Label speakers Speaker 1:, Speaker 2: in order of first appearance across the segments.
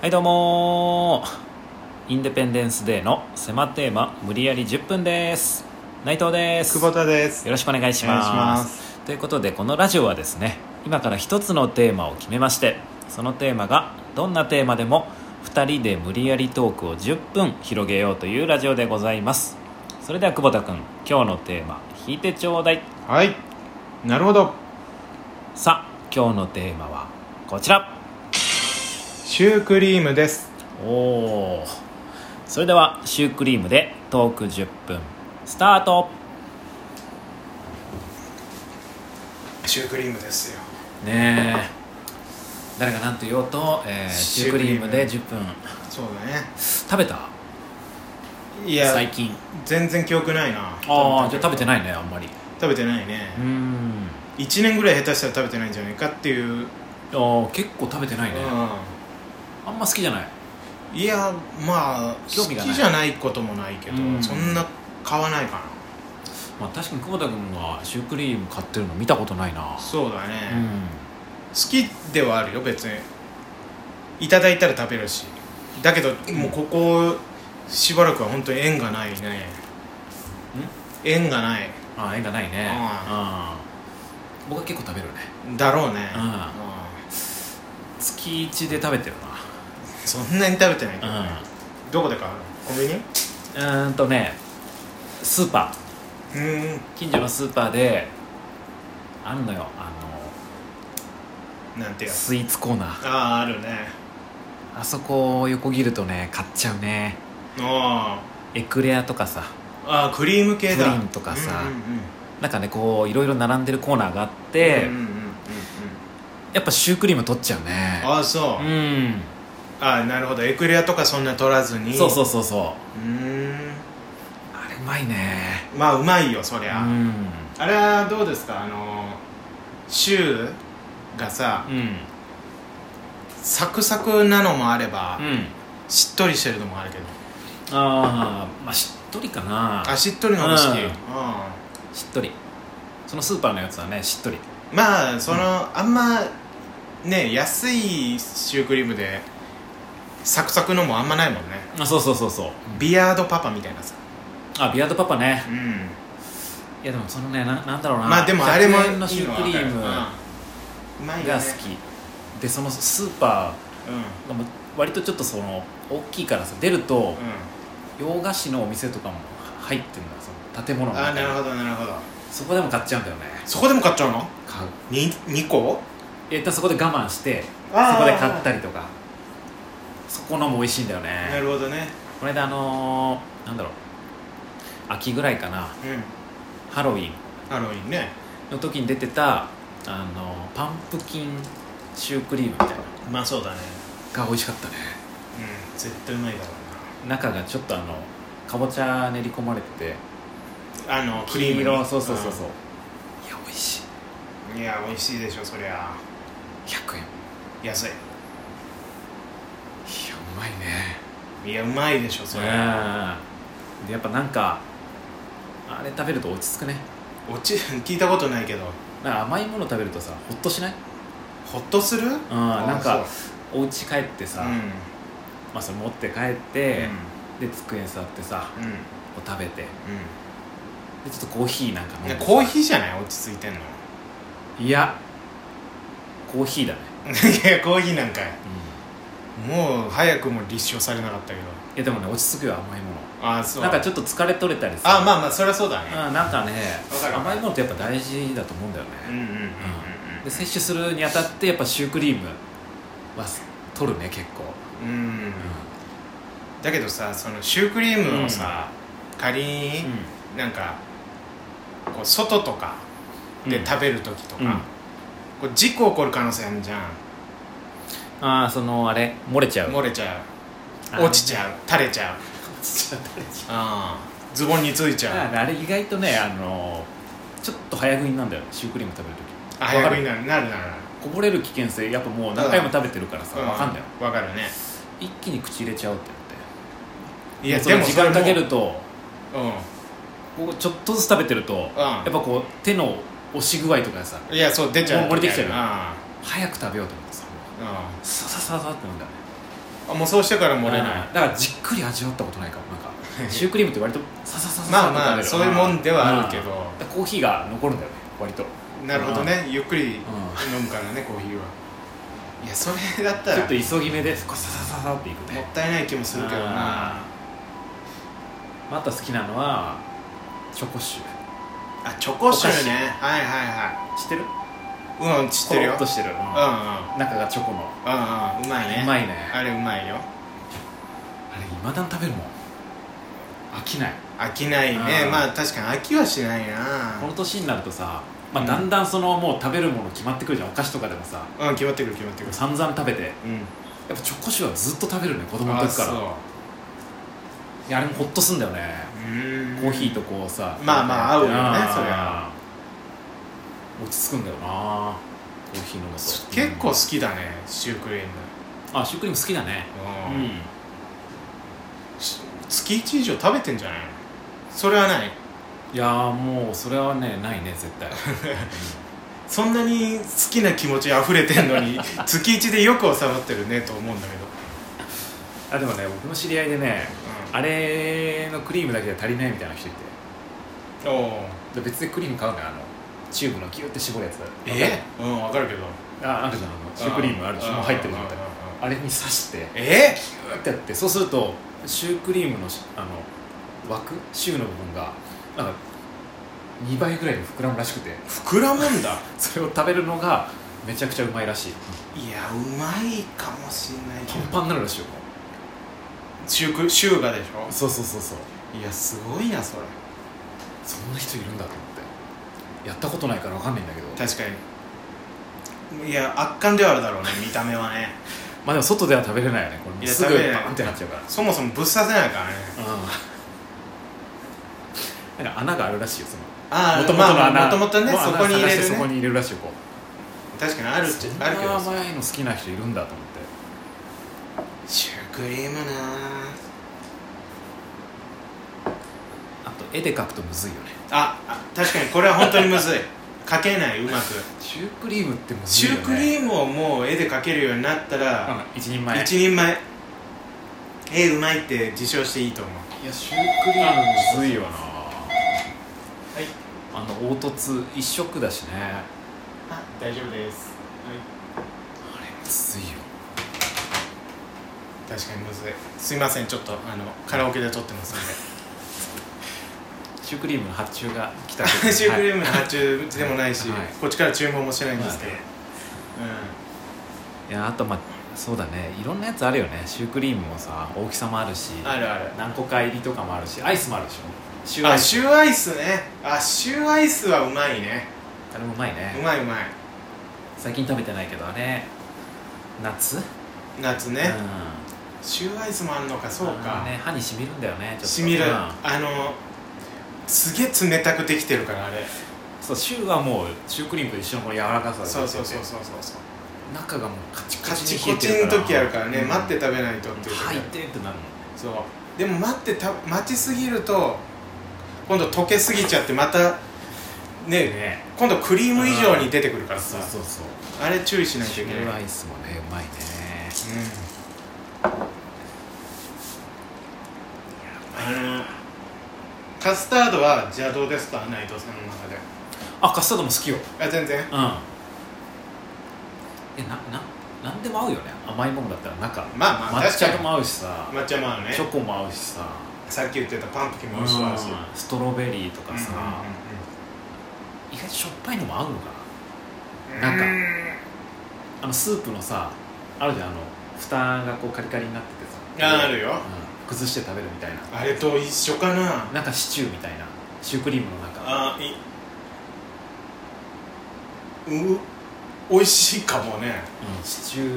Speaker 1: はいどうもーインデペンデンスデーの狭テーマ無理やり10分です内藤です
Speaker 2: 久
Speaker 1: よ
Speaker 2: 保田です。
Speaker 1: ろしくお願いします
Speaker 2: お願いします
Speaker 1: ということでこのラジオはですね今から一つのテーマを決めましてそのテーマがどんなテーマでも2人で無理やりトークを10分広げようというラジオでございますそれでは久保田君今日のテーマ引いてちょうだい
Speaker 2: はい。なるほど。
Speaker 1: さあ今日のテーマはこちら
Speaker 2: シュークリームです。
Speaker 1: おおそれではシュークリームでトーク10分スタート
Speaker 2: シュークリームですよ。
Speaker 1: ねえ誰が何と言おうと、えーシュークリームで10分
Speaker 2: そうだね。
Speaker 1: 食べた
Speaker 2: いや、
Speaker 1: 最近
Speaker 2: 全然記憶ないな。
Speaker 1: ああじゃあ食べて
Speaker 2: い。
Speaker 1: ないねあんまり
Speaker 2: 食べてないね
Speaker 1: う。ん
Speaker 2: 一年ぐらい下手したら食べてないんじゃないかっていう。
Speaker 1: あー結構食べてないねあんま好きじゃない
Speaker 2: うん。いや、まあ、
Speaker 1: 興味がない
Speaker 2: 好きじゃないこともないけど
Speaker 1: う、ん
Speaker 2: そんな買わないか
Speaker 1: まあ確かに久保田君がシュークリーム買ってるの見たことないな
Speaker 2: な。そうだ
Speaker 1: う
Speaker 2: ね。
Speaker 1: ん
Speaker 2: 好きではあるよ、別に。いただいたら食べるし。だけど、もうここ、しばらくは本当に縁がないね。縁がない。
Speaker 1: ああ縁がないねうん僕は結構食べるね
Speaker 2: だろうね、
Speaker 1: うん
Speaker 2: うん
Speaker 1: 月1で食べてるな
Speaker 2: そんなに食べてないけど、
Speaker 1: うん
Speaker 2: どこで買うのコンビニ
Speaker 1: うーんとねスーパ
Speaker 2: うん
Speaker 1: ー近所のスーパーであんのよあ
Speaker 2: なんて
Speaker 1: の
Speaker 2: や
Speaker 1: スイーツコーナー
Speaker 2: あああるね
Speaker 1: あそこを横切るとね買っちゃうね
Speaker 2: あ
Speaker 1: エクレアとかさ
Speaker 2: ーあークリーム系だ
Speaker 1: プリンとかさ
Speaker 2: うんうんうん
Speaker 1: なんかねこういろいろ並んでるコーナーがあっ
Speaker 2: う
Speaker 1: て、
Speaker 2: んうんうんうんうん
Speaker 1: やっぱシュークリーム取っちゃうね
Speaker 2: ああそうう、
Speaker 1: ん
Speaker 2: ああなるほどエクレアとかそんな取らずに
Speaker 1: そうそう
Speaker 2: う
Speaker 1: そうそう
Speaker 2: うーん
Speaker 1: あれうまいね
Speaker 2: まあうまいよそうりゃ、
Speaker 1: ん
Speaker 2: あれはどうですかあのーシューがさ
Speaker 1: うん
Speaker 2: サクサクなのもあれば、
Speaker 1: うん
Speaker 2: しっとりしてるのもあるけど
Speaker 1: あーまあしっとりかな
Speaker 2: あしっとりの方が好き、
Speaker 1: う
Speaker 2: う
Speaker 1: ん
Speaker 2: ん
Speaker 1: しっとりそのスーパーのやつはねしっとり
Speaker 2: まあその、あんまね安いシュークリームでサクサクのもあんまないもんね
Speaker 1: あそうそうそうそう
Speaker 2: ビアードパパみたいなさ
Speaker 1: あビアードパパね
Speaker 2: うん
Speaker 1: いやでもそのねななんだろうな
Speaker 2: まあでもあれもいい
Speaker 1: 100円
Speaker 2: の
Speaker 1: の
Speaker 2: は
Speaker 1: シュークリー
Speaker 2: わ
Speaker 1: ム
Speaker 2: か
Speaker 1: が
Speaker 2: るうんうまい
Speaker 1: 好き
Speaker 2: よね
Speaker 1: でそのスーパ
Speaker 2: うん
Speaker 1: ーがもう割とちょっとその大きいからさ出ると
Speaker 2: うん
Speaker 1: 洋菓子のお店とかも入ってるんだその建物の
Speaker 2: あ
Speaker 1: 中
Speaker 2: あ
Speaker 1: に
Speaker 2: なるほどなるほど
Speaker 1: そこでも買っちゃうんだよね
Speaker 2: そこでも買っちゃうの
Speaker 1: 買う
Speaker 2: に2個
Speaker 1: 一旦そこで我慢して
Speaker 2: あー
Speaker 1: そこで買ったりとかそこのも美味しいんだよ
Speaker 2: な
Speaker 1: ね
Speaker 2: るほどね
Speaker 1: この間あのー、なんだろう秋ぐらいか
Speaker 2: う
Speaker 1: な
Speaker 2: ん
Speaker 1: ハロウィン
Speaker 2: ハロウィンね
Speaker 1: の時に出てたあのパンプキンシュークリームみたいなの
Speaker 2: まあそうだね
Speaker 1: が美味しかったね
Speaker 2: うん絶対うまいだろ
Speaker 1: 中がちょっとあのかぼちゃ練り込まれてて
Speaker 2: うなあのクリーム
Speaker 1: 黄
Speaker 2: に
Speaker 1: 色そうそうそうそう、いや美味しい
Speaker 2: うんいや美味しいでしょそりゃ
Speaker 1: 100円いや
Speaker 2: 安い
Speaker 1: うまいね
Speaker 2: いやうまいでしょそれ
Speaker 1: うんでやっぱなんかあれ食べると落ち着くね
Speaker 2: 落ち 聞いたことないけど
Speaker 1: なんか甘いもの食べるとさほっとしない
Speaker 2: ホッとする
Speaker 1: うんなんか
Speaker 2: そ
Speaker 1: お家帰ってさ、
Speaker 2: ううん
Speaker 1: まあそれ持って帰って、で机に座ってさ
Speaker 2: うんうん
Speaker 1: こう食べてでちょっとコーヒーなんか飲ん
Speaker 2: い
Speaker 1: で
Speaker 2: や
Speaker 1: さ
Speaker 2: コーヒーじゃない落ち着いてんの い
Speaker 1: いやコーヒーだね、
Speaker 2: やコーヒーなんかもう早くも立証されなかったけど
Speaker 1: いやでもね落ち着くよ甘いも
Speaker 2: ああそ
Speaker 1: の
Speaker 2: う
Speaker 1: なんかちょっと疲れ取れたりさ
Speaker 2: あまあまあそりゃそうだね
Speaker 1: うんなんかね
Speaker 2: わかる
Speaker 1: 甘いものってやっぱ大事だと思うんだよね、
Speaker 2: うんうんうんうんうん
Speaker 1: で摂取するにあたってやっぱシュークリームは取るね結構、
Speaker 2: うんだけどさそのシュークリームをさ仮
Speaker 1: うん
Speaker 2: になんかこう外とかで食べる時と
Speaker 1: うん
Speaker 2: かこう事故起こる可能性あるじゃん
Speaker 1: ああそのあれ漏れちゃう
Speaker 2: 漏れちゃ
Speaker 1: あ
Speaker 2: う
Speaker 1: ー
Speaker 2: 落ちちゃう垂れちゃう
Speaker 1: 落ちちゃう垂れちゃ
Speaker 2: あーズボンについち
Speaker 1: う
Speaker 2: ゃう
Speaker 1: あーあれ意外とねあのちょっと早食いなんだよねシュークリーム食べると
Speaker 2: あ
Speaker 1: き
Speaker 2: 早食いになるなるなるなる
Speaker 1: こぼれる危険性やっぱもう何回も食べてるからさ、
Speaker 2: う
Speaker 1: わかんないよ
Speaker 2: わかるね
Speaker 1: 一気に口入れちゃおうって言って
Speaker 2: いやで
Speaker 1: その
Speaker 2: も
Speaker 1: 時
Speaker 2: それ
Speaker 1: 間
Speaker 2: も
Speaker 1: かけると
Speaker 2: う
Speaker 1: こうちょっとずつ食べてると、やっぱこう手の押し具合とかでさ
Speaker 2: んいやそう出ちゃう
Speaker 1: もう漏れてきちゃうよ
Speaker 2: あ
Speaker 1: 早く食べようと思ってさ
Speaker 2: あ
Speaker 1: ささささって飲んだよね
Speaker 2: あもうそうしてから漏れない
Speaker 1: あーだからじっくり味わったことないかもなんか シュークリームって割とささささ
Speaker 2: まあ
Speaker 1: さっと食べ
Speaker 2: まあ
Speaker 1: る
Speaker 2: そういうもんではあるけ
Speaker 1: うん
Speaker 2: ど
Speaker 1: だからコーヒーが残るんだよね割と
Speaker 2: なるほどねゆっくり
Speaker 1: う
Speaker 2: 飲むからねコーヒーはいやそれだったら
Speaker 1: ちょっと
Speaker 2: もっ
Speaker 1: 急ぎ目でそこささささっていくね
Speaker 2: たいない気もするけどな
Speaker 1: あーまた好きなのはチョコシュー
Speaker 2: あチョコシュ
Speaker 1: お菓
Speaker 2: ー
Speaker 1: 子
Speaker 2: ねはいは
Speaker 1: 知ってる
Speaker 2: いはいうん知ってるよ
Speaker 1: コロッとしてる、うん
Speaker 2: うんうんうん
Speaker 1: 中がチョコの
Speaker 2: うんうまいね
Speaker 1: うまいね
Speaker 2: あれうまいよ
Speaker 1: あれ未だに食べるもん飽きない
Speaker 2: 飽きないね
Speaker 1: うん
Speaker 2: まあ確かに飽きはしない
Speaker 1: この
Speaker 2: な
Speaker 1: 年になるとさ、ま
Speaker 2: うん
Speaker 1: あ、だんだんそのもう食べるもの決まってくるじゃんお菓子とかでもさ
Speaker 2: うん決まってくる決まってくる
Speaker 1: 散々食べてや
Speaker 2: うん
Speaker 1: っぱチョコシューはずっと食べるね子供の
Speaker 2: あ
Speaker 1: 時から
Speaker 2: そ
Speaker 1: いやあれもホッとすんだよね、
Speaker 2: ううん
Speaker 1: コーヒーとこうさ
Speaker 2: まあまあ合うよね
Speaker 1: あー
Speaker 2: そりゃ
Speaker 1: 落ち着くんだよなコーヒー飲むと
Speaker 2: 結構
Speaker 1: う
Speaker 2: 好
Speaker 1: ん
Speaker 2: きだねシュークリーム
Speaker 1: あシュークリーム好きだねう
Speaker 2: うん
Speaker 1: ん
Speaker 2: し月1以上食べてんじゃないのそれはない
Speaker 1: いやーもうそれはねないね絶 対
Speaker 2: そんなに好きな気持ち溢れてんの に月1でよく収まってるねと思うんだけど、
Speaker 1: あでもね僕の知り合いでねあれのクリームだけじゃ足りないみたいな人いて
Speaker 2: うん、おお
Speaker 1: で別でクリーム買うねあのチューブのギュって絞るやつ
Speaker 2: えうん分かるけど
Speaker 1: ああるじゃんあのシュークリームあるでしょ
Speaker 2: うん
Speaker 1: もう入ってるみたい
Speaker 2: うんうんうんうん
Speaker 1: あれに刺して
Speaker 2: え
Speaker 1: ギューってやってそうするとシュークリームのしあの枠シューの部分がなんか2倍ぐらいに膨らむらしくて
Speaker 2: 膨らむんだ
Speaker 1: それを食べるのがめちゃくちゃうまいらしい
Speaker 2: いやうまいかもしんないけ
Speaker 1: パン
Speaker 2: ど
Speaker 1: パンになるらしいよも
Speaker 2: シュークシューがでし
Speaker 1: う
Speaker 2: ょ
Speaker 1: そうそうそうそう
Speaker 2: いやすごいなそれ
Speaker 1: そんな人いるんだと思ってやったことないからわかんないんだけど
Speaker 2: 確かにいや圧巻ではあるだろうね見た目はね
Speaker 1: まあでも外では食べれないよねこれもう
Speaker 2: いや
Speaker 1: すぐ
Speaker 2: 食べれない
Speaker 1: パンってなっちゃうから
Speaker 2: そもそもぶっ刺せないからね
Speaker 1: うんなんか穴があるらしいよその
Speaker 2: あ
Speaker 1: もともとの穴
Speaker 2: もともとね
Speaker 1: もう
Speaker 2: そこに入れ
Speaker 1: 穴探して
Speaker 2: る
Speaker 1: そこ
Speaker 2: ね
Speaker 1: に入れるらしいよこう
Speaker 2: 確かにあるっち
Speaker 1: そん
Speaker 2: ゃあ
Speaker 1: な
Speaker 2: るけどさ
Speaker 1: 甘いの好きな人いるんだと思って
Speaker 2: シュークリームな
Speaker 1: あと絵で描くとむずいよね
Speaker 2: ああ確かにこれは本当にむずい描けないうまく
Speaker 1: シュークリームってむず
Speaker 2: シ
Speaker 1: いよ
Speaker 2: ュ
Speaker 1: ね
Speaker 2: ークリームをもう絵で描けるようになったら
Speaker 1: うん一人前
Speaker 2: 一人前絵うまいって自称していいと思う
Speaker 1: いやシュークリームむずいよな
Speaker 2: はい
Speaker 1: あの凹凸一色だしね
Speaker 2: あ大丈夫です
Speaker 1: あれむずいよ
Speaker 2: 確かにむずいすいませんちょっとあのカラオケで撮ってます ん
Speaker 1: シュークリームの発注が来た
Speaker 2: で シュークリー
Speaker 1: ム
Speaker 2: ムの発注でもないし、
Speaker 1: はい
Speaker 2: こっちから注文もしてないんですけど、
Speaker 1: いやあとまあそうだねいろんなやつあるよねシュークリームもさ大きさもあるし
Speaker 2: うんあるある
Speaker 1: 何個か入りとかもあるしアイスもあるでしょシューア
Speaker 2: あ
Speaker 1: イス
Speaker 2: シューアイスねあシューアイスはうまいね
Speaker 1: あれもうまいうね
Speaker 2: まいうまい
Speaker 1: 最近食べてないけどあれ夏
Speaker 2: 夏ね、
Speaker 1: うん
Speaker 2: シューアイスもあんのかそう
Speaker 1: あ
Speaker 2: か、
Speaker 1: ーね歯にしみるんだよねちょっと
Speaker 2: しみる、
Speaker 1: うん
Speaker 2: あのすげえ冷たくできてるからあれ
Speaker 1: そうシューはもうシュークリームと一緒のこの柔らかさで
Speaker 2: そうそうそうそうそうそう
Speaker 1: 中がもうカチ
Speaker 2: カ
Speaker 1: カチ
Speaker 2: チ
Speaker 1: に
Speaker 2: コ
Speaker 1: 冷え
Speaker 2: チ
Speaker 1: て
Speaker 2: の
Speaker 1: るから
Speaker 2: 時あるからね、
Speaker 1: うん
Speaker 2: 待って食べないとっていう時あ
Speaker 1: 入
Speaker 2: る
Speaker 1: ってってなるもんね
Speaker 2: そうでも待ってた待ちすぎると今度溶けすぎちゃってまたね
Speaker 1: ね
Speaker 2: 今度クリーム以上に出てくるからさ
Speaker 1: そうそうそう
Speaker 2: あれ注意しないと
Speaker 1: シ
Speaker 2: い
Speaker 1: ュ
Speaker 2: けな
Speaker 1: ー
Speaker 2: い
Speaker 1: アイスもねうまいね
Speaker 2: うん、あのカスタードは邪道ですか内藤さんの中で
Speaker 1: あカスタードも好きよ
Speaker 2: あ全然
Speaker 1: うんえなななんでも合うよね甘いものだったら中
Speaker 2: まあまあ
Speaker 1: 抹茶
Speaker 2: 確かに
Speaker 1: も合うしさ
Speaker 2: 抹茶もあるね
Speaker 1: チョコも合うしさ
Speaker 2: さっき言ってたパンプキンも美味しそうだし
Speaker 1: うんストロベリーとかさ、
Speaker 2: う
Speaker 1: 意外としょっぱいのも合うのかなんなんか
Speaker 2: う
Speaker 1: あのスープのさあるじゃんあの蓋がこうカリカリになっててさ
Speaker 2: ああるよ
Speaker 1: うん崩して食べるみたいな
Speaker 2: あれと一緒かな
Speaker 1: なんかシチューみたいなシュークリームの中
Speaker 2: あいうん美味しいかもね
Speaker 1: うんシチュー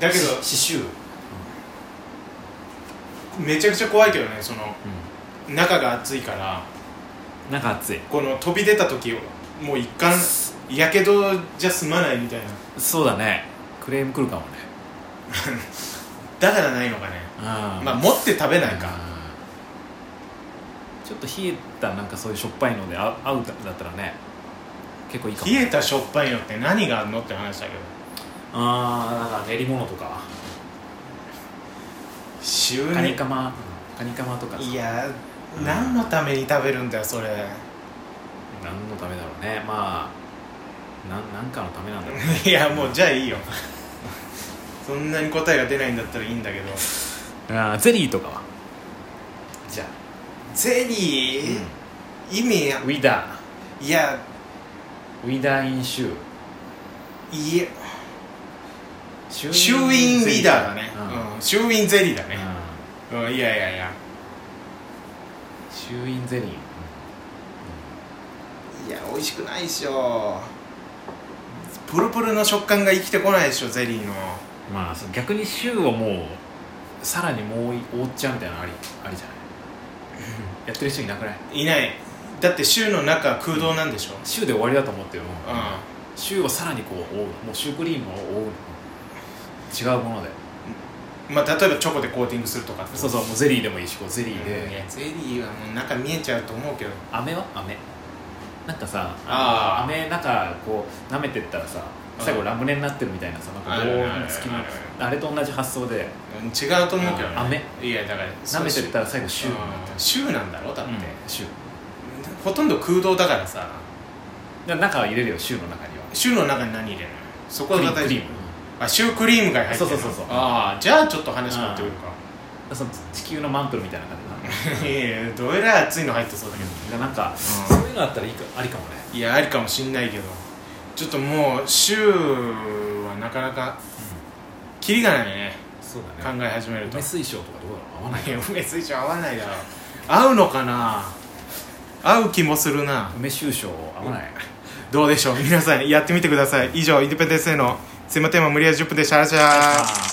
Speaker 2: だけど
Speaker 1: シシュー、
Speaker 2: めちゃくちゃ怖いけどねその中が熱いから
Speaker 1: うん、なんか熱い
Speaker 2: この飛び出た時もう一貫やけどじゃ済まないみたいな
Speaker 1: そうだねクレームくるかもね
Speaker 2: だからないのかね
Speaker 1: うん
Speaker 2: まあ持って食べないか
Speaker 1: うんちょっと冷えたなんかそういうしょっぱいので合う合うんだったらね結構いいかも
Speaker 2: 冷えたしょっぱいのって何があんのって話だけど
Speaker 1: ああなんか練り物とか
Speaker 2: 週
Speaker 1: カニ
Speaker 2: に
Speaker 1: カマカニカマとかさ
Speaker 2: いや
Speaker 1: うん
Speaker 2: 何のために食べるんだよそれ
Speaker 1: 何のためだろうねまあなんなんかのためなんだろうね
Speaker 2: いやもうじゃあいいよそんなに答えが出ないんだったらいいんだけど
Speaker 1: あーゼリーとかはじゃ
Speaker 2: ゼリ
Speaker 1: あ、
Speaker 2: ー、意味や
Speaker 1: ウィダー
Speaker 2: いや
Speaker 1: ウィダーインシュー
Speaker 2: いや
Speaker 1: シュ
Speaker 2: シューインウィダーだね
Speaker 1: うん、
Speaker 2: うん、シューインゼリーだ
Speaker 1: うん
Speaker 2: ね、うん、いやいやいや
Speaker 1: シューインゼリー
Speaker 2: いや美味しくないでしょプルプルの食感が生きてこないでしょゼリーの
Speaker 1: まあそ逆にシューをもうさらにもうい覆っちゃうみたいなのありあ りじゃないやってる人いなくない
Speaker 2: いないだってシューの中は空洞なんでしょ
Speaker 1: シューで終わりだと思ってるも
Speaker 2: うん
Speaker 1: ん、シューをさらにこう覆うもうシュークリームを覆う違うもので
Speaker 2: まあ例えばチョコでコーティングするとかって
Speaker 1: そうそうもうゼリーでもいいしこうゼリ
Speaker 2: うん
Speaker 1: ー
Speaker 2: い
Speaker 1: で、
Speaker 2: やゼリーはもう中見えちゃうと思うけど
Speaker 1: 飴は飴なんかさ
Speaker 2: あー
Speaker 1: あの飴なんかこう舐めてったらさ
Speaker 2: うん
Speaker 1: 最後ラムネになってるみたいなさなんか棒につき
Speaker 2: あ
Speaker 1: ま
Speaker 2: るあるあ
Speaker 1: あれと同じ発想で
Speaker 2: うん違うと思うけど、ね、
Speaker 1: あ
Speaker 2: いやだから
Speaker 1: 舐めてったら最後シューになってる
Speaker 2: シューなんだろだって、
Speaker 1: うんシュー
Speaker 2: ほとんど空洞だからさ
Speaker 1: で中は入れるよシューの中には
Speaker 2: シューの中に何入れるのそこ
Speaker 1: ク
Speaker 2: はま
Speaker 1: リーム
Speaker 2: た
Speaker 1: クリーム
Speaker 2: あシュークリームが入ってるの
Speaker 1: そうそうそうそう
Speaker 2: ああじゃあちょっと話変わってくるか
Speaker 1: その地球のマントルみたいな感じ
Speaker 2: いやいやどえらい熱いの入ってそうだけど
Speaker 1: ななん
Speaker 2: う
Speaker 1: か、
Speaker 2: ん
Speaker 1: そういうのあったらいいかありかもね
Speaker 2: いやありかもしんないけどちょっともうシューはなかなかキリがないね
Speaker 1: そう
Speaker 2: 考え始めると
Speaker 1: 梅水晶とかどうだろう合わない
Speaker 2: い
Speaker 1: か
Speaker 2: や
Speaker 1: な
Speaker 2: 梅水晶合わないだろ合うのかな合う気もするな
Speaker 1: 梅修晶合わない、
Speaker 2: どうでしょう皆さんやってみてください以上インディペンデンスへの「セマテーマ無理やり10分」でしたあらしゃー
Speaker 1: あー